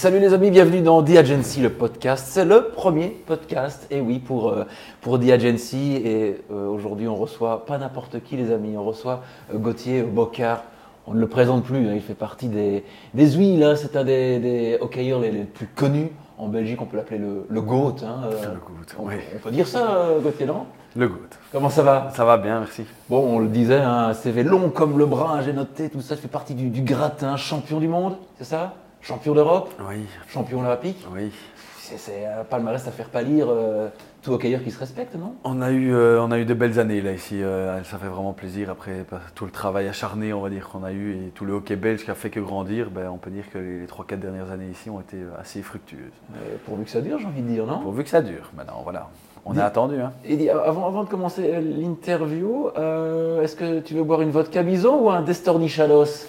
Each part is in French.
Salut les amis, bienvenue dans The Agency, le podcast. C'est le premier podcast, et oui, pour, euh, pour The Agency. Et euh, aujourd'hui, on reçoit pas n'importe qui, les amis. On reçoit euh, Gauthier Bocard. On ne le présente plus, hein, il fait partie des, des huiles. hein. C'est un des, des hockeyeurs les, les plus connus. En Belgique, on peut l'appeler le, le GOAT. hein, euh, Le goût, on, oui. on peut dire ça, euh, Gauthier, non Le goût. Comment ça va Ça va bien, merci. Bon, on le disait, un CV long comme le bras, j'ai noté tout ça, je fais partie du, du gratin, champion du monde, c'est ça Champion d'Europe Oui, Champion olympique oui. C'est- C'est un palmarès à faire pâlir euh, tout hockeyeur qui se respecte, non On a eu, euh, on a eu de belles années là ici. euh, ça fait vraiment plaisir après bah, tout le travail acharné, on va dire qu'on a eu et tout le hockey belge qui a fait que grandir. ben, on peut dire que les, les 3-4 dernières années ici ont été euh, assez fructueuses. Euh, Pourvu que ça dure, j'ai envie de dire, non Pourvu que ça dure. Maintenant, voilà. On Dis- a attendu. Hein. Et dis, avant, avant de commencer euh, l'interview, euh, est-ce que tu veux boire une vodka bison ou un Destornichalos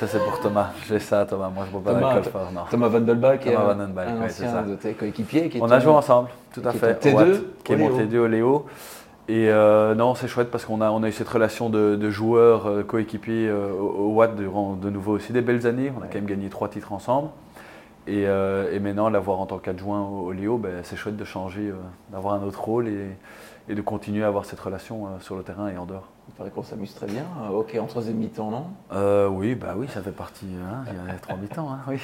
Ça c'est pour Thomas. J'ai ça, Thomas. Moi, je bois pas Thomas, d'alcool fort, non. Thomas Van Delbach est Thomas un, Van Den Buyck, un ouais, c'est ancien ça. de tes coéquipiers. qui est On a ton- joué ensemble, tout à qui est fait. ton T2 au Watt, qui est au mon Léo. T2 au Léo. Et euh, non, c'est chouette parce qu'on a, on a eu cette relation de, de joueurs euh, coéquipiers euh, au, au Watt durant de nouveau aussi des belles années. On a quand même gagné trois titres ensemble. Et, euh, et maintenant, l'avoir en tant qu'adjoint au, au Léo, ben, c'est chouette de changer, euh, d'avoir un autre rôle et, et de continuer à avoir cette relation euh, sur le terrain et en dehors. Il paraît qu'on s'amuse très bien. Euh, Ok, en troisième mi-temps, non Euh, oui, bah oui, ça fait partie. hein, il y a trois mi-temps, hein, oui.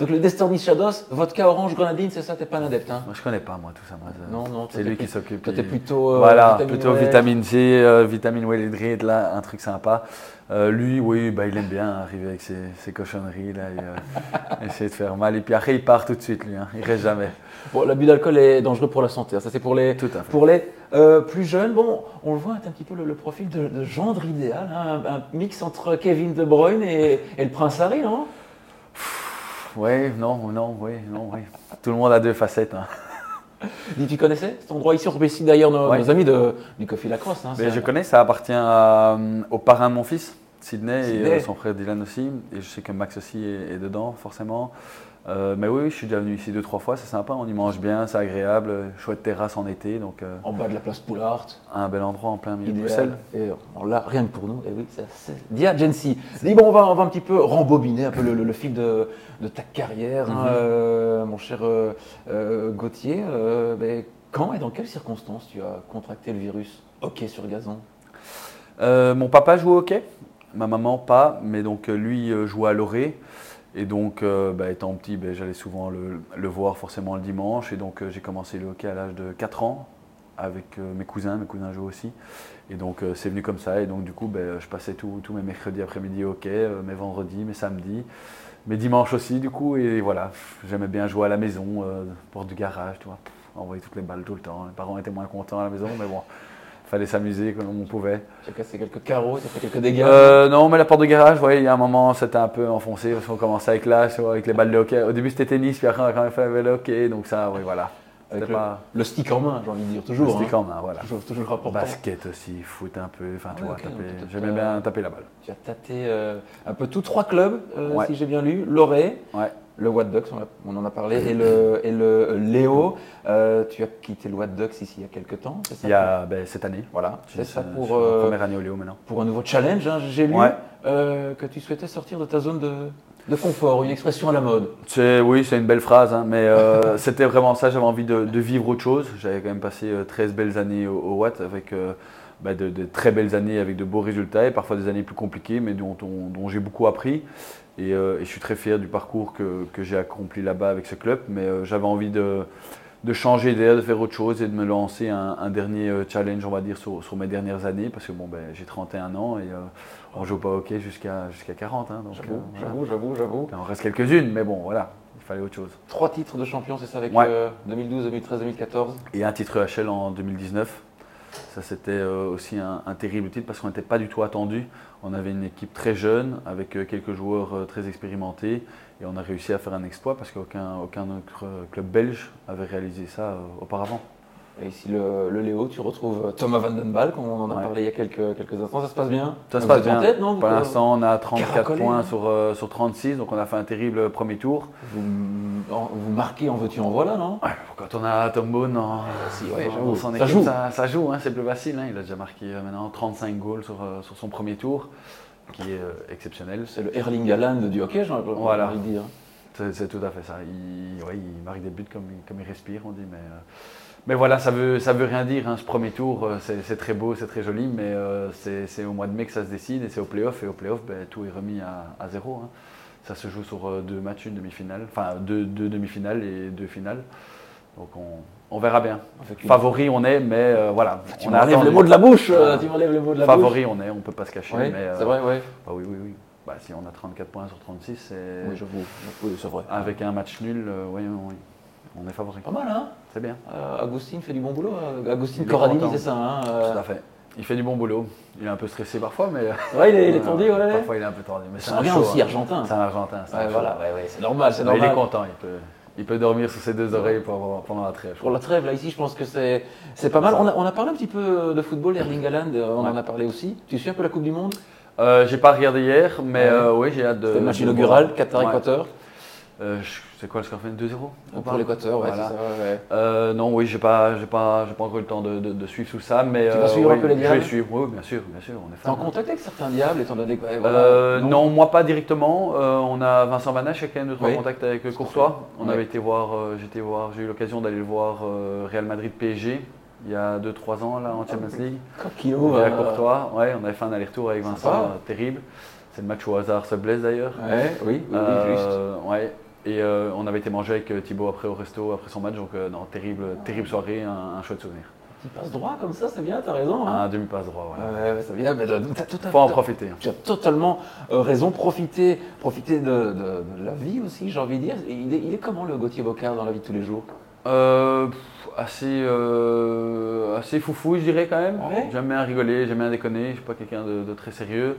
Donc le Destornichalos, vodka orange grenadine, c'est ça, t'es pas un adepte, hein Moi, je connais pas moi tout ça. moi, ça- Non, non, toi, Euh, c'est t'es lui plus- qui s'occupe. Toi, il- t'es plutôt. euh, Voilà, vitamine plutôt Well. vitamine C, euh, vitamine Well Hydrate, là, un truc sympa. Euh, lui, oui, bah, il aime bien arriver avec ses, ses cochonneries, là, et, euh, essayer de faire mal. Et puis après, il part tout de suite, lui, hein. il reste jamais. Bon, l'abus d'alcool est dangereux pour la santé. hein. Ça, c'est pour les, Tout à fait. pour les euh, plus jeunes. Bon, on le voit c'est un petit peu le, le profil de, de gendre idéal, hein, un, un mix entre Kevin De Bruyne et, et le Prince Harry, non Oui, non, non, oui, non, oui. Tout le monde a deux facettes. hein. Dis, tu connaissais cet endroit ici On remercie d'ailleurs nos, Ouais. nos amis de, du Coffee Lacrosse. Hein, Mais c'est je un- connais, ça appartient à, euh, au parrain de mon fils, Sydney, et Sydney. euh, son frère Dylan aussi. Et je sais que Max aussi est, est dedans, forcément. Euh, mais oui, oui, je suis déjà venu ici deux, trois fois, c'est sympa, on y mange bien, c'est agréable, chouette terrasse en été, donc euh, En bas de la place Poulard. un bel endroit en plein milieu de Bruxelles. Idéal. Et on l'a rien que pour nous. Et oui, ça, c'est Dia Gency. Dis bon, on va, on va un petit peu rembobiner un peu le, le- le fil de, de ta carrière, hein, Mhm. euh, mon cher euh, euh, Gauthier. Euh, ben, quand et dans quelles circonstances tu as contracté le virus Ok sur gazon. Euh, mon papa joue au hockey, ma maman pas, mais donc euh, lui euh, jouait à Loré. Et donc, euh, bah, étant petit, ben, j'allais souvent le, le voir forcément le dimanche. Et donc, euh, j'ai commencé le hockey à l'âge de 4 ans avec euh, mes cousins. Mes cousins jouent aussi. Et donc, euh, c'est venu comme ça. Et donc, du coup, ben, je passais tous tous mes mercredis après-midi au hockey, euh, mes vendredis, mes samedis, mes dimanches aussi, du coup. Et voilà, j'aimais bien jouer à la maison, euh, porte du garage, tu vois. Pff, Envoyer toutes les balles tout le temps. Les parents étaient moins contents à la maison, mais bon, fallait s'amuser comme on pouvait. Tu as cassé quelques carreaux, tu as fait quelques dégâts. Euh, non, mais la porte de garage, ouais, il y a un moment, c'était un peu enfoncé parce qu'on commençait avec l'âge, avec les balles de hockey. Au début, c'était tennis, puis après, on a quand même fait le hockey, donc ça, oui, voilà. avec le, C'était pas le stick en main, j'ai envie de dire, toujours. c'était hein. quand même, voilà. Toujours, toujours important. Basket aussi, foot un peu, enfin, tu Ouais, vois, ok, taper. donc peut-être, J'aimais euh, bien taper la balle. Tu as tâté euh, un peu tous trois clubs, euh, Ouais. si j'ai bien lu. Loré, Ouais. Le Watt Ducks, on, l'a- on en a parlé, et le, et le Léo. Euh, tu as quitté le Watt Ducks ici il y a quelques temps, c'est ça Il y a ben, cette année. Voilà, c'est Je- ça je- pour, je- euh, Première année au Léo maintenant. pour un nouveau challenge. hein. J'ai lu Ouais. euh, que tu souhaitais sortir de ta zone de, de confort, une expression à la mode. C'est- oui, c'est une belle phrase, hein, mais euh, c'était vraiment ça. J'avais envie de, de vivre autre chose. J'avais quand même passé euh, 13 belles années au, au Watt avec euh, bah, de, de très belles années avec de beaux résultats et parfois des années plus compliquées, mais dont, on- dont j'ai beaucoup appris. Et, euh, et je suis très fier du parcours que, que j'ai accompli là-bas avec ce club. Mais euh, j'avais envie de, de changer d'air, de faire autre chose et de me lancer un, un dernier euh, challenge, on va dire, sur, sur mes dernières années. Parce que bon, ben, j'ai 31 ans et euh, on ne joue pas au hockey jusqu'à jusqu'à 40. hein, donc, euh, J'avoue, voilà. j'avoue, j'avoue, j'avoue. Il en reste quelques-unes, mais bon, voilà, il fallait autre chose. Trois titres de champion, c'est ça, avec Ouais. euh, 2012, 2013, 2014. Et un titre HL en 2019. Ça, c'était euh, aussi un, un terrible titre parce qu'on n'était pas du tout attendu. On avait une équipe très jeune avec euh, quelques joueurs euh, très expérimentés et on a réussi à faire un exploit parce qu'aucun aucun autre euh, club belge avait réalisé ça euh, auparavant. Et ici, le, le Léo, tu retrouves euh, Thomas Van Den Bal, on en a Ouais. parlé il y a quelques, quelques instants. Ça se passe bien Ça se Ah, Vous êtes passe en bien. tête, non Pour Vous- euh, l'instant, on a 34 Caracolé, hein. points sur, euh, sur 36, donc on a fait un terrible premier tour. vous, en- vous marquez en veux-tu, en voilà, non Ouais, Quand on a Tom Bone en, Si, ouais, en- j'avoue. son Ça équipe, joue. ça, ça joue, hein, c'est plus facile. hein. Il a déjà marqué euh, maintenant 35 goals sur, euh, sur son premier tour, qui est euh, exceptionnel. C'est le Erling Haaland du hockey, j'ai envie de Voilà. dire. C'est c'est tout à fait ça. Il, ouais, il marque des buts comme, il- comme il respire, on dit. Mais, euh, mais voilà, ça veut, ça veut rien dire. hein, ce premier tour, euh, c'est c'est très beau, c'est très joli, mais euh, c'est c'est au mois de mai que ça se décide et c'est au play-off. Et au play-off, ben, tout est remis à, à zéro. hein. Ça se joue sur euh, deux matchs, une demi-finale, enfin deux, deux demi-finales et deux finales. Donc on, on verra bien. Favori, on est, mais euh, voilà. Tu on a m'enlèves attendu. le mot de la bouche. euh, Ah. Tu m'enlèves le mot de la bouche. Favori, on est, on peut pas se cacher. Oui, mais, euh, c'est vrai, ouais. bah oui, oui, oui. Bah, si on a 34 points sur 36, c'est. Oui, j'avoue. Oui, c'est vrai. Avec un match nul, euh, oui, oui, oui. on est favori. Pas mal, hein C'est bien. Euh, Agustine fait du bon boulot. hein. Agustine Il est Corradini, content. c'est ça. Hein euh, Tout à fait. Il fait du bon boulot. Il est un peu stressé parfois, mais. Ouais, il est, il est Euh, tendu, ouais, ouais. Parfois, il est un peu tendu. Mais c'est C'est un bien chaud, aussi, hein. argentin. C'est un Argentin. c'est un Ouais, chaud. voilà, ouais, ouais, c'est normal, c'est Mais il normal. est content. Il peut, il peut dormir sous ses deux oreilles pendant, pendant la trêve. je Pour crois. la trêve, là, ici, je pense que c'est c'est pas mal. On a, on a parlé un petit peu de football, Erling Haaland, euh, on en Ouais. a parlé aussi. Tu suis un peu la Coupe du Monde Euh, j'ai pas regardé hier, mais Ouais. euh, oui, j'ai hâte de. C'était le match de inaugural, voir. Ouais. Qatar-Équateur. Euh, je- c'est quoi le score final 2-0 on Pour parle l'Équateur, ouais, Voilà. c'est ça. ouais, ouais. Euh, non, oui, j'ai pas, j'ai pas, j'ai pas encore eu le temps de, de- de suivre tout ça, mais euh, Tu vas suivre un oui, peu les Je vais diables suivre, oui, oui, bien sûr, bien sûr, on est T'es en fan. contact avec certains diables, étant donné que. ouais, voilà. Euh, non. moi pas directement. Euh, on a Vincent Vanache qui a quand même deux trois Oui. contacts avec euh, Courtois. On Ouais. avait été voir, euh, j'étais voir, j'ai eu l'occasion d'aller le voir euh, Real Madrid PSG il y a 2-3 ans là en Champions League. Coquillot, On était à euh, Courtois, ouais, on avait fait un aller-retour avec Vincent, Sympa. euh, terrible. C'est le match où Hazard se blesse d'ailleurs. Ouais, oui, oui, oui, juste. Euh, ouais. Et euh, on avait été manger avec euh, Thibaut après au resto, après son match, donc euh, non, terrible, terrible soirée, un, un chouette souvenir. Tu passes droit comme ça, c'est bien, t'as raison. hein. Un demi-passe droit, voilà. Ouais, ouais, c'est bien, mais t'as tout à Faut Ah. en t'as- profiter. Tu as totalement euh, raison. Profiter, profiter de, de- de la vie aussi, j'ai envie de dire. Et Il est, il est comment le Gauthier Bocard dans la vie de tous les jours Euh, pff, assez, euh, assez foufou, je dirais quand même. Ouais. J'aime bien rigoler, j'aime bien déconner, je suis pas quelqu'un de, de très sérieux.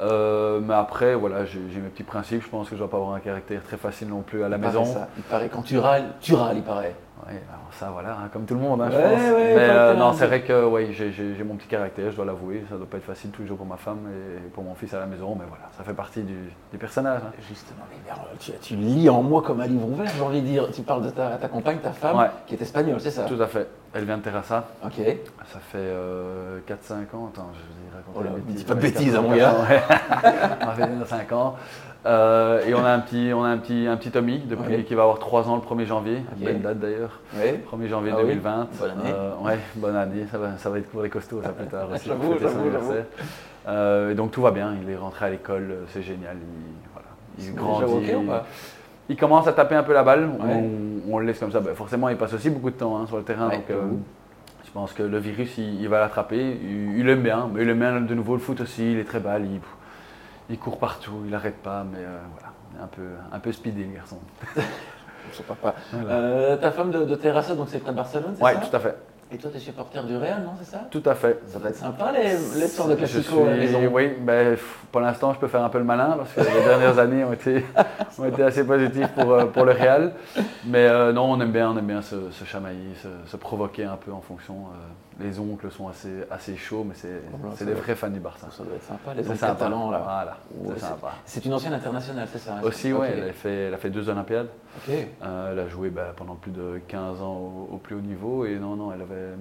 Euh, mais après, voilà, j'ai j'ai mes petits principes, je pense que je dois pas avoir un caractère très facile non plus à la Il maison. paraît Ah, ça. Il paraît quand tu râles, tu râles, il paraît. Ouais, alors ça, voilà, hein, comme tout le monde, hein, je Ouais, pense. ouais, Mais pas euh, le non, talent. c'est vrai que ouais, j'ai- j'ai j'ai mon petit caractère, je dois l'avouer. Ça doit pas être facile tous les jours pour ma femme et pour mon fils à la maison, mais voilà, ça fait partie du, du personnage. hein. Justement, mais merde, tu, tu lis en moi comme un livre ouvert, j'ai envie de dire. Tu parles de ta, ta compagne, ta femme, Ouais. qui est espagnole, c'est ça Tout à fait. Elle vient de Terrassa, Ok. Ah, ça fait euh, 4-5 ans. Attends, je vais raconter Oh là, une dis bêtise. pas de Ouais, bêtises, 4-5 hein, mon gars. ans, ouais. Ça fait 5 ans. Euh, et on a un petit, on a un petit, un petit Tommy depuis, Ouais. qui va avoir 3 ans le 1er janvier. Ok. Belle date d'ailleurs. Ouais. 1er janvier Ah oui. 2020. Bonne année. Euh, ouais, bonne année. Ça va, ça va être pour les costauds, ça, plus tard aussi. pour J'avoue, fêter son j'avoue, j'avoue. anniversaire. Euh, et donc tout va bien. Il est rentré à l'école. euh, C'est génial. Il, voilà, il Déjà grandit. ok ou pas il commence à taper un peu la balle. Ouais. On, on le laisse comme ça. Ben, forcément, il passe aussi beaucoup de temps hein, sur le terrain. Ouais, donc, euh, j'avoue. je pense que le virus, il, il va l'attraper. Il, il aime bien. Mais il aime bien de nouveau le foot aussi. Il est très balle. Il, il court partout. Il n'arrête pas. Mais euh, voilà. Il est Un peu, un peu speedy, le garçon. Son papa. Voilà. Euh, ta femme de, de Terrassa, donc c'est près de Barcelone, c'est ouais, ça tout à fait. Et toi, t'es supporter du Real, non, c'est ça Tout à fait. Ça doit être sympa, les, les soirs de Je classico suis- à la maison. Oui, ben, pff, pour l'instant, je peux faire un peu le malin parce que les dernières années ont été, ont été assez positives pour, euh, pour le Real. Mais euh, non, on aime bien, on aime bien se, se chamailler, se, se provoquer un peu en fonction. euh, les oncles sont assez, assez chauds, mais c'est Oh là, c'est ça des va. vrais fans du Barça. Ça doit être sympa, les C'est anciens sympa. talents, là. Voilà, Ouais, c'est sympa. C'est une ancienne internationale, c'est ça hein Aussi, Ok, ouais, elle, a fait, elle a fait deux Olympiades. ok. Euh, elle a joué ben, pendant plus de 15 ans au, au plus haut niveau. Et non, non, elle avait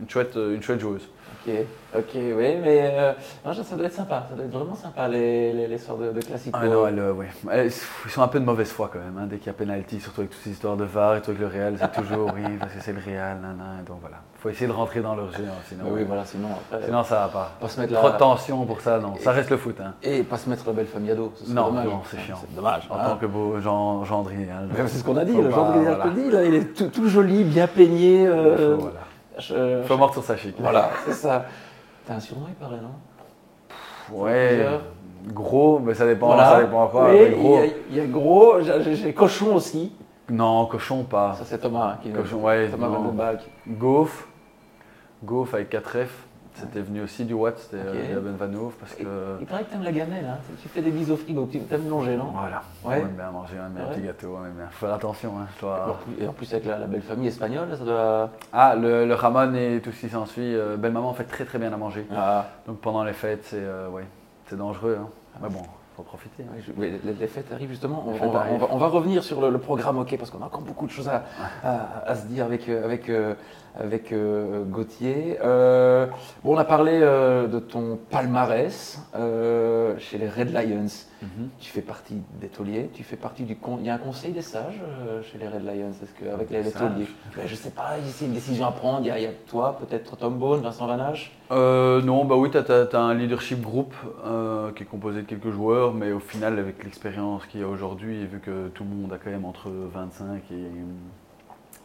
une chouette, euh, une chouette joueuse. Ok, ok, oui, mais euh, non, ça ça doit être sympa, ça doit être vraiment sympa les, les, les soirs de, de classico. Ah non, elle, euh, ouais. Elle- ils sont un peu de mauvaise foi quand même, hein, dès qu'il y a penalty, surtout avec toutes ces histoires de VAR et tout avec le Real, c'est toujours oui, parce que c'est le Real, nanana, donc voilà. Faut essayer de rentrer dans leur jeu, hein, Ah sinon, euh, oui, voilà, sinon, après, sinon ça va pas. pas se mettre Trop de là. tension pour ça, non, ça reste le foot. Hein. Et pas se mettre le bel famiado, ce serait Non, dommage. non, c'est chiant. C'est dommage. En hein. tant que beau Jean, Gendry. hein, Mais C'est ce qu'on a dit, faut le pas- genre de voilà. dit, là, il est tout, tout joli, bien peigné. euh, Faut, voilà. je- Faut mordre sur sa chic. voilà, c'est ça. T'as un surnom, il paraît, non Ouais, Plusieurs. gros, mais ça dépend, Voilà. ça dépend à quoi. Oui, mais il y a- gros, il y a gros, j'ai j'ai cochon aussi. non, cochon pas. Ça, c'est Thomas hein, qui Cochon, ouais, Thomas non. Van den Balk. Gauf, Gauf avec 4 F, c'était venu aussi du Watt, c'était euh, Ok. de la Ben Van Hoof, parce que. Il paraît que t'aimes la gamelle, hein. tu fais des bises au frigo, tu t'aimes manger, non Voilà, Ouais. on aime bien manger, on aime bien Ouais. les petits gâteaux, on aime bien. Faire attention, hein, je dois- Alors, Et en plus avec la, la belle famille espagnole, ça doit... Ah, le, le Ramon et tout ce qui s'ensuit, euh, belle maman fait très très bien à manger. Ah, Donc pendant les fêtes, c'est euh, ouais, c'est dangereux, hein. Mais bon, faut faut en profiter. hein. Oui, je- oui, les, les fêtes arrivent justement. On, Les on fêtes va, arrivent. on va- on va revenir sur le, le programme hockey parce qu'on a encore beaucoup de choses à, à- à se dire avec, euh, avec, euh, avec euh, Gauthier. Euh, bon, on a parlé euh, de ton palmarès euh, chez les Red Lions. Mhm. Tu fais partie des tauliers, tu fais partie du. con- Il y a un conseil des sages euh, chez les Red Lions Est-ce que avec les, les Sages. tauliers Ben, Je sais pas, c'est une décision à prendre. Il y a, il y a toi, peut-être Tom Bone, Vincent Vanache. Euh, non, bah oui, tu as, un leadership group euh, qui est composé de quelques joueurs, mais au final, avec l'expérience qu'il y a aujourd'hui, et vu que tout le monde a quand même entre 25 et,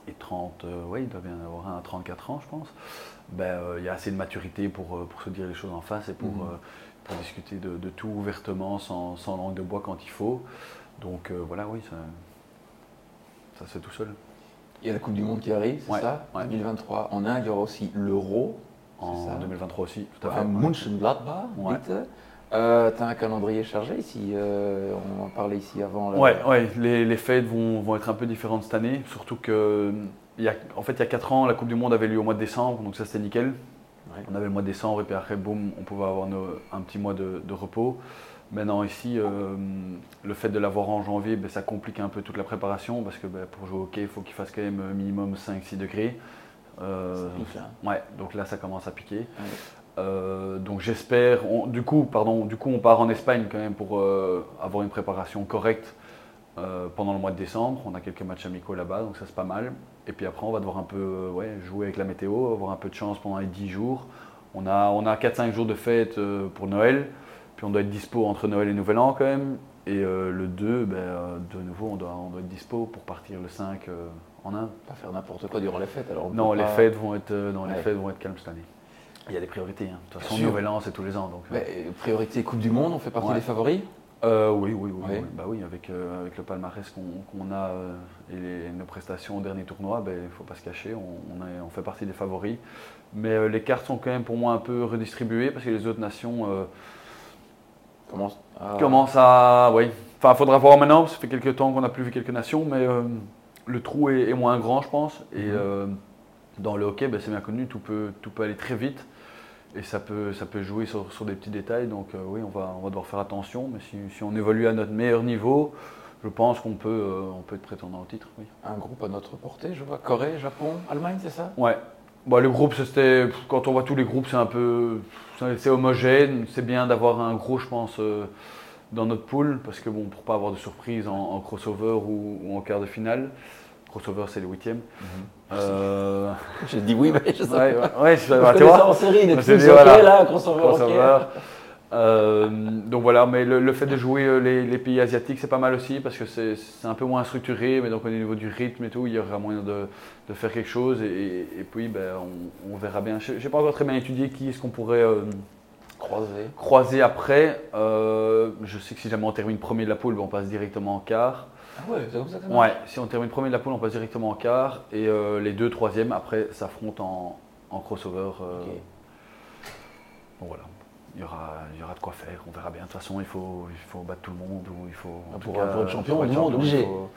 et 30, euh, ouais, il doit bien y avoir un à 34 ans, je pense, bah, euh, il y a assez de maturité pour, euh, pour se dire les choses en face et pour, Mhm. euh, pour discuter de, de tout ouvertement, sans, sans langue de bois quand il faut. Donc euh, voilà, oui, ça, ça se fait tout seul. Il y a la Coupe du Monde qui arrive, c'est Ouais, ça ouais. 2023 en Inde, il y aura aussi l'Euro. C'est ça. En 2023 aussi, tout à fait. à Mönchengladbach, Bah, Ouais. dites. Euh, T'as un calendrier chargé ici, euh, on en parlait ici avant. là. Ouais, ouais, les, les fêtes vont, vont être un peu différentes cette année, surtout que il y a, en fait il y a 4 ans la Coupe du Monde avait lieu au mois de décembre, donc ça c'était nickel. Ouais. On avait le mois de décembre et puis après boum, on pouvait avoir nos- un petit mois de, de repos. Maintenant ici, euh, le fait de l'avoir en janvier, ben, ça complique un peu toute la préparation parce que ben, pour jouer au hockey, il faut qu'il fasse quand même euh, minimum 5-6 degrés. Euh, Ça hein. pique, là. Ouais, donc là ça commence à piquer. Euh, donc j'espère, on- du coup, pardon, du coup on part en Espagne quand même pour euh, avoir une préparation correcte euh, pendant le mois de décembre. On a quelques matchs amicaux là-bas, donc ça c'est pas mal. Et puis après on va devoir un peu euh, ouais, jouer avec la météo, avoir un peu de chance pendant les 10 jours. On a, on a 4-5 jours de fête euh, pour Noël, puis on doit être dispo entre Noël et Nouvel An quand même. Et euh, le 2, ben, euh, de nouveau, on doit, on doit être dispo pour partir le 5 euh, en Inde. Pas faire n'importe quoi durant les fêtes alors. on Non, peut les pas- fêtes vont être, euh, non, les Ouais. fêtes vont être calmes cette année. Il y a des priorités. hein. De Bien toute façon, sûr. Nouvel An, c'est tous les ans. Donc, euh. Mais, euh, priorité Coupe du Monde, on fait partie Ouais. des favoris Euh, oui, oui, oui, Ouais. oui. Bah oui, avec, euh, avec le palmarès qu'on qu'on a euh, et les- nos prestations au dernier tournoi, ben, il ne faut pas se cacher, on, on est- on fait partie des favoris. Mais euh, les cartes sont quand même pour moi un peu redistribuées parce que les autres nations euh, Comment ah, commencent à. Oui. Enfin, il faudra voir maintenant, parce que ça fait quelques temps qu'on n'a plus vu quelques nations, mais euh, le trou est, est moins grand, je pense. Et Mhm. euh, dans le hockey, ben, c'est bien connu, tout peut, tout peut aller très vite. Et ça peut, ça peut jouer sur, sur des petits détails. Donc euh, oui, on va, on va devoir faire attention. Mais si, si on évolue à notre meilleur niveau, je pense qu'on peut, euh, on peut être prétendant au titre. Oui. Un groupe à notre portée, je vois. Corée, Japon, Allemagne, c'est ça Ouais. Bah, le groupe, c'était pff, quand on voit tous les groupes, c'est un peu, c'est c'est homogène. C'est bien d'avoir un gros, je pense, euh, dans notre pool parce que bon, pour pas avoir de surprise en, en crossover ou, ou en quart de finale. Crossover, c'est les huitièmes. Euh, J'ai dit oui, mais je sais ouais, ouais, ouais, pas. bah, Je tu connais vois. ça en série, Bah, c'est Netflix, dit, ok, voilà. là, crossover, ok. Crossover. Euh, donc voilà, mais le, le fait de jouer euh, les, les pays asiatiques, c'est pas mal aussi parce que c'est c'est un peu moins structuré, mais donc au niveau du rythme et tout, il y aura moyen de, de faire quelque chose et, et puis ben, on, on verra bien. Je- J'ai pas encore très bien étudié qui est-ce qu'on pourrait euh, Croisé. croiser après. Euh, je sais que si jamais on termine premier de la poule, ben, on passe directement en quart. Ah ouais, c'est comme ça que ça marche Ouais, si on termine premier de la poule, on passe directement en quart et euh, les deux troisièmes après s'affrontent en, en crossover. euh, Ok. Bon voilà, il y aura, il y aura de quoi faire, on verra bien. De toute façon, il faut, il faut battre tout le monde. Ou il faut, en Ah, tout pour- pour être champion pour du monde, il obligé. faut-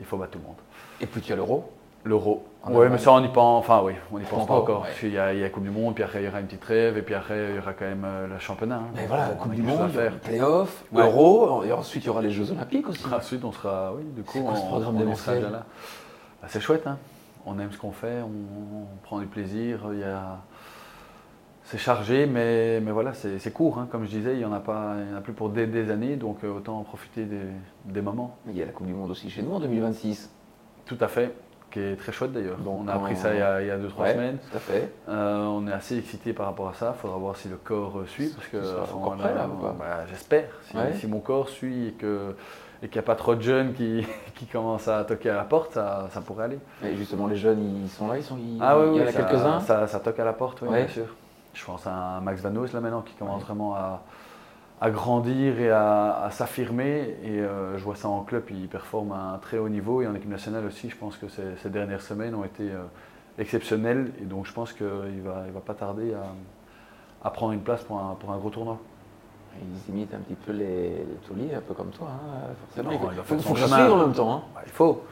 Il faut battre tout le monde. Et puis tu as l'euro. L'euro. En Oui, mais Allemagne. ça, on n'y pense, enfin, oui, on n'y pense pas Encore, encore. ouais. Parce qu'il y a, il y a la Coupe du Monde, puis après, il y aura une petite trêve, et puis après, il y aura quand même euh, le championnat. hein. Mais voilà, On a Coupe du quelque chose à Monde, faire. playoff, Ouais. euro, et ensuite il y aura les Jeux Olympiques aussi. Ah, Ensuite, on sera, oui, du coup, C'est quoi ce on- programme on de en sera Bruxelles déjà là. Bah, c'est chouette, hein. On aime ce qu'on fait, on, on prend du plaisir. Il y a, c'est chargé, mais, mais voilà, c'est, c'est court, hein. Comme je disais, il n'y en a pas, il y en a plus pour des, des années, donc euh, autant en profiter des, des moments. Il y a la Coupe du Monde aussi chez nous en 2026. Tout à fait, qui est très chouette d'ailleurs. Donc, on a appris on- ça il y a, il y a deux trois Ouais, semaines. Tout à fait. Euh, on est assez excité par rapport à ça. Il faudra voir si le corps euh, suit. Parce que, Tu seras à ce encore moment-là, prêt, là, ou pas bah, J'espère. Si, Ouais. si mon corps suit et que- et qu'il n'y a pas trop de jeunes qui, qui commencent à toquer à la porte, ça, ça pourrait aller. Et justement, les jeunes, ils sont là, ils sont. ils- Ah oui, il y en oui, a ça- quelques-uns. Ça, ça toque à la porte, oui, Ouais. bien sûr. Je pense à un Max Vanos là maintenant qui commence Ouais. vraiment à, à grandir et à, à s'affirmer. Et euh, je vois ça en club, il performe à un très haut niveau. Et en équipe nationale aussi, je pense que ces, ces dernières semaines ont été euh, exceptionnelles. Et donc je pense qu'il ne va, il va pas tarder à, à prendre une place pour un, pour un gros tournoi. Ils imitent un petit peu les, les tauliers, un peu comme toi, hein, forcément. Non, Il faut- il va faut, faire faut son que je chemin. suive en même temps. hein. il faut.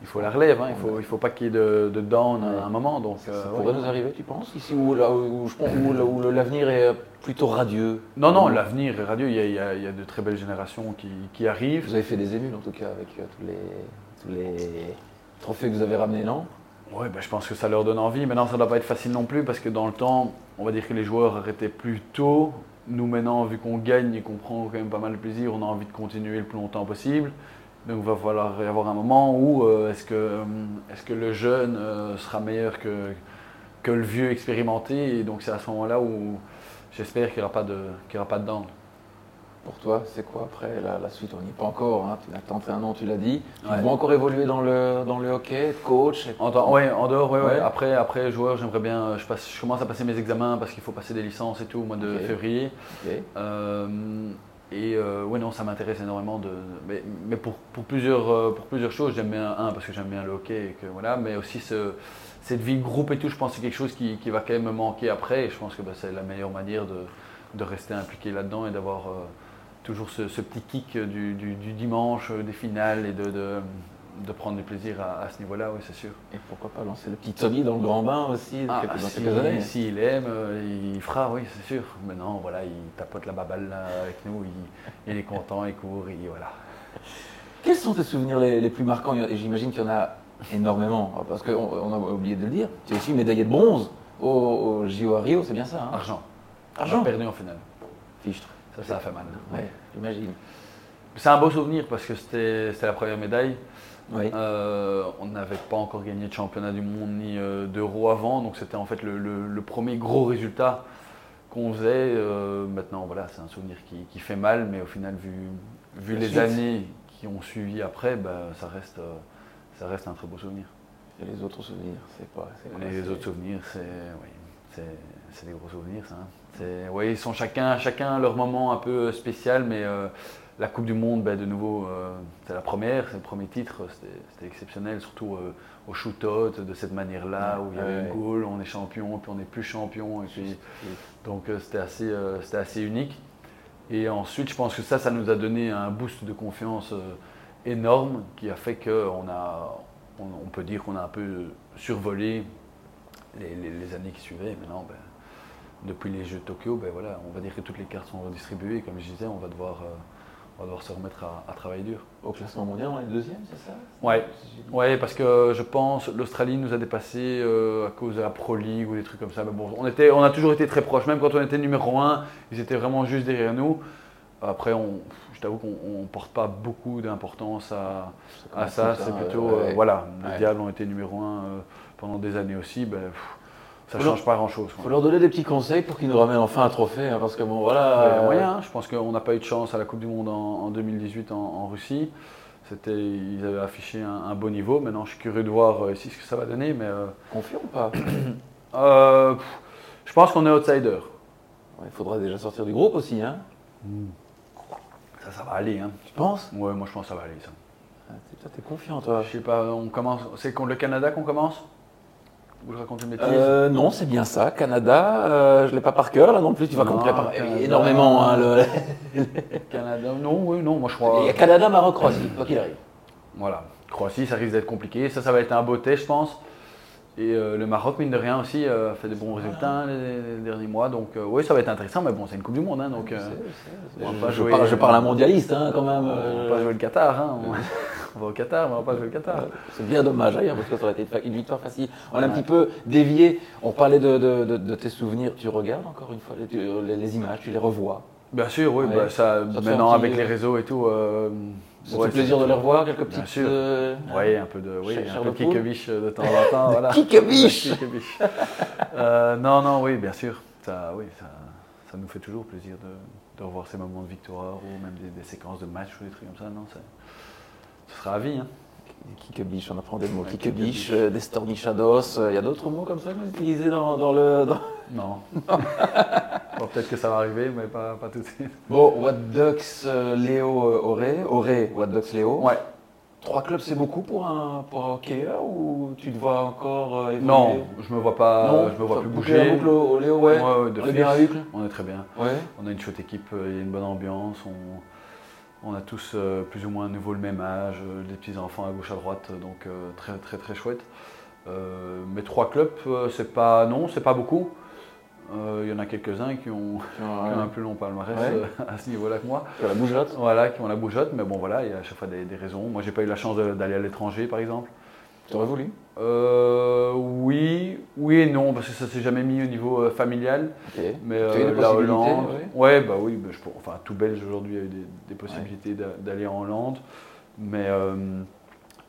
il faut la relève, hein, il ne faut, il faut pas qu'il y ait de, de down à un moment. Donc, euh, Ça ouais. pourrait nous arriver, tu penses Ici où, là, où, je pense- où le- où le- l'avenir est euh, plutôt radieux. Non, non, l'avenir est radieux. Il y, a, il y a- il y a de très belles générations qui, qui Vous arrivent. avez fait des émules en tout cas avec euh, tous, les, tous les trophées que vous avez ramenés, non Ouais, bah, je pense que ça leur donne envie. Maintenant, ça ne doit pas être facile non plus parce que dans le temps, on va dire que les joueurs arrêtaient plus tôt. Nous, maintenant, vu qu'on gagne et qu'on prend quand même pas mal de plaisir, on a envie de continuer le plus longtemps possible. Donc, il va falloir y avoir un moment où euh, est-ce que, euh, est-ce que le jeune euh, sera meilleur que, que le vieux expérimenté Et donc, c'est à ce moment-là où j'espère qu'il n'y aura pas de, qu'il y aura pas de down. Pour toi, c'est quoi après la, la suite On n'y est pas encore. hein. Tu as tenté un an, tu l'as dit. Tu Ouais. vas encore évoluer dans le, dans le hockey, être coach. être- En, temps- ouais, en dehors, ouais, ouais. Ouais. Après, après joueur, j'aimerais bien. euh, Je, passe, je commence à passer mes examens parce qu'il faut passer des licences et tout au mois de Ok. février. Ok. Euh, et euh, ouais, non, ça m'intéresse énormément. De, mais mais pour, pour plusieurs, euh, pour plusieurs choses, j'aime bien, un, parce que j'aime bien le hockey, et que, voilà, mais aussi ce- cette vie de groupe et tout, je pense que c'est quelque chose qui, qui va quand même me manquer après. Et je pense que bah, c'est la meilleure manière de, de rester impliqué là-dedans et d'avoir euh, toujours ce, ce petit kick du, du- du dimanche, euh, des finales et de, de, de prendre du plaisir à, à ce niveau-là, oui, c'est sûr. Et pourquoi pas lancer le petit Tommy dans le grand bain aussi Ah, quelques- dans si- quelques années si il aime, euh, il fera, oui, c'est sûr. Maintenant, voilà, il tapote la baballe là, avec nous, il, il est content, il court, il, voilà. Quels sont tes souvenirs les, les plus marquants Il y en- et J'imagine qu'il y en a énormément, hein, parce qu'on on a oublié de le dire. Tu es aussi médaillé de bronze au, au JO à Rio, c'est bien ça hein Argent. Argent Ah. On a perdu en finale. Fichtre. Ça, ça a fait mal. Ouais, j'imagine. C'est un beau souvenir parce que c'était c'était la première médaille. Oui. Euh, on n'avait pas encore gagné de championnat du monde ni euh, d'euro avant, donc c'était en fait le, le- le premier gros résultat qu'on faisait. Euh, maintenant, voilà, c'est un souvenir qui, qui fait mal, mais au final, vu, vu La les suite. années qui ont suivi après, bah, ça, reste, euh, ça reste un très beau souvenir. Et les autres souvenirs, c'est pas. c'est quoi, Les c'est- autres souvenirs, c'est oui, c'est- c'est des gros souvenirs, ça. hein. C'est- Oui, ils sont chacun, chacun leur moment un peu spécial, mais euh, la Coupe du Monde, ben, de nouveau, euh, c'est la première, c'est le premier titre, c'était c'était exceptionnel, surtout euh, au shoot-out, de cette manière-là, Ouais, où il y avait ouais, une goal, on est champion, puis on n'est plus champion, et puis- donc euh, c'était assez, euh, c'était assez unique. Et ensuite, je pense que ça, ça nous a donné un boost de confiance euh, énorme qui a fait qu'on a, on, on peut dire qu'on a un peu survolé les, les- les années qui suivaient. Et Maintenant, ben, depuis les Jeux de Tokyo, ben voilà, on va dire que toutes les cartes sont redistribuées. Et Comme je disais, on va devoir, euh, on va devoir se remettre à, à travailler dur. Au classement mondial, on est deuxième, c'est ça Ouais. Si j'ai- Ouais, parce que euh, je pense l'Australie nous a dépassés euh, à cause de la Pro League ou des trucs comme ça. Mais bon, on, était, on a toujours été très proches. Même quand on était numéro 1, ils étaient vraiment juste derrière nous. Après, on, je t'avoue qu'on ne porte pas beaucoup d'importance à, à commence Ah, ça. comme C'est hein, plutôt. ouais, euh, ouais. voilà, les Ouais. Diables ont été numéro 1 pendant des années aussi. Ben, pff, ça Faut ne leur- change pas grand-chose. quoi. Faut leur donner des petits conseils pour qu'ils nous ramènent enfin un trophée, hein, parce que bon, voilà. Il y a euh, moyen, hein. Je pense qu'on n'a pas eu de chance à la Coupe du Monde en, en 2018 en, en Russie. C'était, ils avaient affiché un, un beau niveau. Maintenant, je suis curieux de voir euh, ici ce que ça va donner. Mais euh, Confiant ou pas euh, pff, je pense qu'on est outsider. Il faudra déjà sortir du groupe aussi, hein Ça, ça va aller. Hein. Tu penses Ouais, moi je pense que ça va aller. Ça. Ah, t'es- Toi, t'es confiant, toi. Je sais pas, on commence. C'est contre le Canada qu'on commence Ou je raconte une bêtise Euh, non, c'est bien ça. Canada, euh, je l'ai pas par cœur là non plus. Tu vas Non, compter par... Canada. énormément. hein, le- Canada Non, oui, non, moi je crois. Il y a Canada, Maroc, Croatie, quoi qu'il arrive. Voilà, Croatie, ça risque d'être compliqué. Ça, ça va être un beau test, je pense. Et euh, le Maroc, mine de rien aussi, euh, a fait des bons résultats hein, les, les derniers mois. Donc, oui, ça va être intéressant, mais bon, c'est une Coupe du Monde. hein, donc, euh, Je, on va pas je jouer- euh, parle, je parle à un mondialiste hein, quand même. on euh, va pas jouer le Qatar. hein, on... on va au Qatar, mais on va pas jouer le Qatar. C'est bien dommage d'ailleurs, parce que ça aurait été une fa- une victoire facile. On a un petit peu dévié. On parlait de, de- de- de tes souvenirs. Tu regardes encore une fois les, tu- euh, les- les images, tu les revois. Bien sûr, oui, Ouais. bah, Ça ça, te fait maintenant un petit- avec les réseaux et tout. euh, Ça te ouais, fait plaisir de les revoir, quelques Bien petites. sûr. euh, Oui, un peu de, oui, Cher- un cher peu de de poule. kick-a-biche de temps en temps. voilà. kick-a-biche Kick-a-biche. Euh, non, non, oui, bien sûr. Ça, oui, ça, ça nous fait toujours plaisir de, de revoir ces moments de victoire ou même des, des séquences de matchs ou des trucs comme ça. Non, ça, ce sera à vie. hein. Des Kikebiche, on apprend des mots. Ouais, Kikebiche, euh, des Stormy Shadows, euh, il y a d'autres mots comme ça que vous utilisez dans, dans le. dans- Non. Bon, Peut-être que ça va arriver, mais pas, pas tout de suite. Bon, What Ducks, euh, Léo, euh, Auré. Auré, What Ducks, Léo. Ouais. Trois clubs, c'est beaucoup pour un, pour un hockeyeur ou tu te vois encore euh, évoluer Non, je me vois pas, Non, je me vois ça- plus la bouger. boucle au- au Léo, ouais. Ouais, ouais, de on est bien à fils. Hucle On est très bien. Ouais. On a une chouette équipe, euh, il y a une bonne ambiance, on, On a tous euh, plus ou moins à nouveau le même âge, euh, des petits enfants à gauche à droite, donc euh, très très très chouette. Euh, mais trois clubs, euh, c'est pas non, c'est pas beaucoup. Euh, Il y en a quelques-uns qui ont, qui ont un plus long palmarès Ouais. euh, à ce niveau-là que moi. la bougeotte. Voilà, qui ont la bougeotte, mais bon voilà, il y a à chaque fois des, des raisons. Moi j'ai pas eu la chance de- d'aller à l'étranger par exemple. T'aurais voulu Euh, oui, oui et non, parce que ça s'est jamais mis au niveau euh, familial. Ok. T'as Mais eu euh, des la possibilités, Hollande, ouais, bah oui, bah, je pour- enfin tout Belge aujourd'hui a eu des, des possibilités d'a- d'aller en Hollande, mais euh,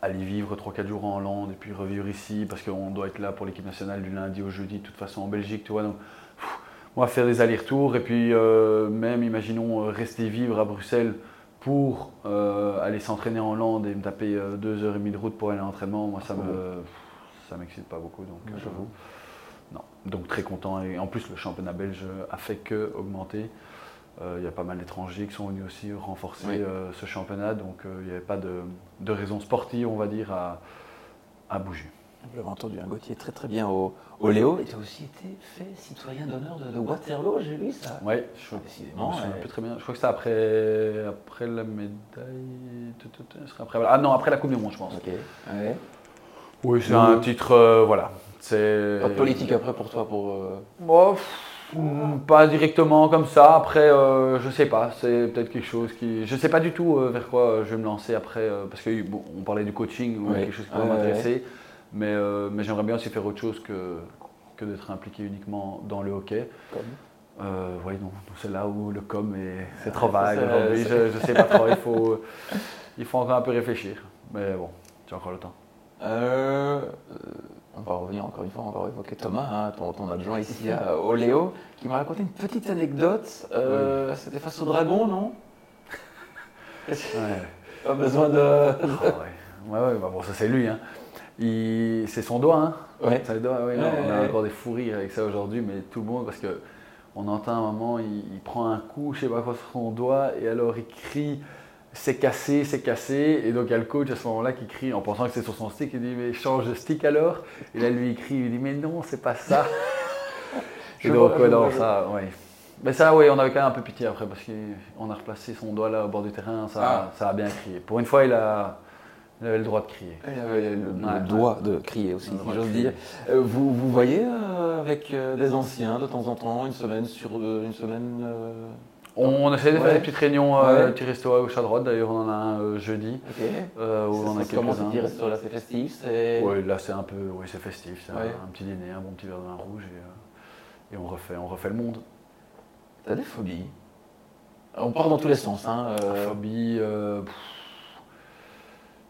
aller vivre 3-4 jours en Hollande et puis revivre ici parce qu'on doit être là pour l'équipe nationale du lundi au jeudi, de toute façon en Belgique, tu vois. Donc, pff, moi faire des allers-retours et puis euh, même imaginons euh, rester vivre à Bruxelles pour euh, aller s'entraîner en Hollande et me taper euh, 2h30 de route pour aller à l'entraînement, moi ça Ah me pff, ça m'excite pas beaucoup donc Ouais, euh, j'avoue. non. Donc très content. Et en plus, le championnat belge a fait que augmenter. Euh, Il y a pas mal d'étrangers qui sont venus aussi renforcer Oui. euh, ce championnat. Donc euh, il n'y avait pas de, de raison sportive, on va dire, à, à bouger. Vous l'avez entendu, un Gauthier très très bien au, au Léo. Et tu as aussi été fait citoyen d'honneur de, de Waterloo, j'ai lu ça. Ouais, je je me Décidément, souviens ouais. plus très bien. Je crois que c'était après, après la médaille. tout, tout, tout, ce serait après- ah non, après la Coupe du Monde, je pense. Ok. Ouais. Oui, c'est Oui. un titre, euh, voilà. C'est- Pas de politique après pour toi pour. euh, Moi, pff, mm, pas directement comme ça. Après, euh, je sais pas. C'est peut-être quelque chose qui. Je sais pas du tout euh, vers quoi euh, je vais me lancer après. euh, parce que bon, on parlait du coaching, ou Ouais. quelque chose qui pourrait Ouais, ouais, m'intéresser. Mais, euh, mais j'aimerais bien aussi faire autre chose que, que d'être impliqué uniquement dans le hockey. Comme Euh, oui, non, donc c'est là où le com est. C'est Ah, trop vague. ça, ça, aujourd'hui, ça. je, je sais pas trop. Il faut, il faut encore un peu réfléchir. Mais bon, j'ai encore le temps. Euh, euh, on va revenir encore une fois, on va évoquer Thomas, hein, ton, ton adjoint ici à au Léo, qui m'a raconté une petite anecdote. Euh, C'était face au dragon, non Ouais. Pas besoin de. Ah ouais. Ouais, ouais, bah bon, ça c'est lui. Hein. Il- C'est son doigt. Hein. Ouais. Ça doit, oui, Ouais, non, on a ouais. encore des fous rires avec ça aujourd'hui, mais tout le monde, parce que on entend un moment, il, il prend un coup, je sais pas quoi, sur son doigt, et alors il crie c'est cassé, c'est cassé, et donc il y a le coach à ce moment-là qui crie en pensant que c'est sur son stick, il dit mais change de stick alors, et là lui il crie, il dit mais non, c'est pas ça. Je et donc, vois, ouais, je non, vois, je ça, ouais. Mais ça, oui, on avait quand même un peu pitié après, parce qu'on a replacé son doigt là au bord du terrain, ça, Ah. ça a bien crié. Pour une fois, il, a, il avait le droit de crier. Il avait le, le Ouais. doigt de crier aussi, Le si droit de j'ose crier. dire. Euh, vous, vous voyez euh, avec euh, des anciens de temps en temps, une semaine sur deux, une semaine. euh, On essaie de Ouais. faire des petites réunions, euh, Ouais. petits restos à gauche à droite. D'ailleurs, on en a un euh, jeudi Ok. euh, où Ça on se a passe Comment quelques-uns. c'est dit restaurant là, c'est festif, c'est. Ouais, là, c'est un peu, ouais, c'est festif. C'est un- Ouais. un, petit dîner, un bon petit verre de vin rouge et, euh, et on refait, on refait le monde. T'as des phobies On part dans tous les sens, hein. euh, Phobie, euh, pff,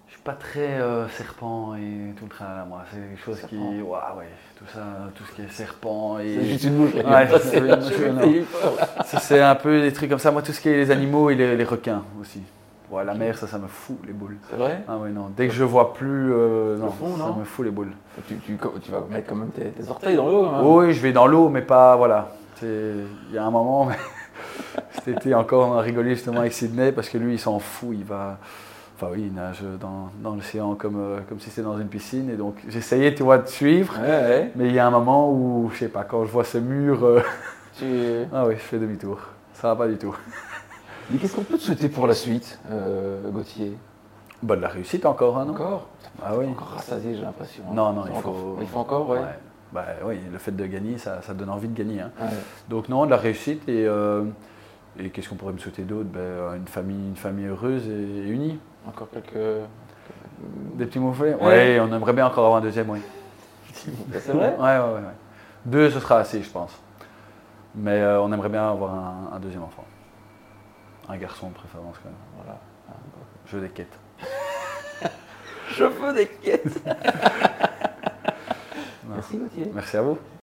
je suis pas très euh, serpent et tout le train là, moi. C'est des choses qui, Serpent. waouh, ouais, tout ça, tout ce qui est serpent C'est et juste une bouche. Ouais, Ça, c'est c'est une la bouche, chose, non. j'ai eu peur. Ça, c'est un peu des trucs comme ça. Moi, tout ce qui est les animaux et les, les requins aussi. Ouais, la mer, ça, ça me fout les boules. C'est vrai Ah ouais, non. Dès que je vois plus, euh, non, fond, ça non me fout les boules. tu, tu, tu vas mettre quand même tes, tes orteils dans l'eau. hein. Oui, oui, je vais dans l'eau, mais pas. Voilà. C'est- Il y a un moment, mais cet été encore, on a rigolé justement avec Sydney parce que lui, il s'en fout. Il va. Enfin, oui, il nage dans, dans l'océan comme, euh, comme si c'était dans une piscine. Et donc, j'essayais, tu vois, de suivre. Ouais, ouais. Mais il y a un moment où, je sais pas, quand je vois ce mur, euh, Tu... ah oui, je fais demi-tour. Ça va pas du tout. Mais qu'est-ce qu'on peut te souhaiter pour la suite, euh, Gauthier Bah, de la réussite encore, hein, non Encore Ah oui. Encore rassasié, j'ai l'impression. hein. Non, non, il Encore- faut. Il faut encore, ouais. Ouais. Bah oui, le fait de gagner, ça, ça donne envie de gagner. hein. Ouais. Donc non, de la réussite et, euh, et qu'est-ce qu'on pourrait me souhaiter d'autre Ben, Une famille, une famille heureuse et unie. Encore quelques. Des petits mots follets. Ouais. Ouais, on aimerait bien encore avoir un deuxième, oui. C'est vrai Ouais, ouais, ouais, ouais. Deux, ce sera assez, je pense. Mais euh, on aimerait bien avoir un, un deuxième enfant. Un garçon de préférence quand même. Voilà. Je des quêtes. Je veux des quêtes Non. Merci, Gauthier. Merci à vous.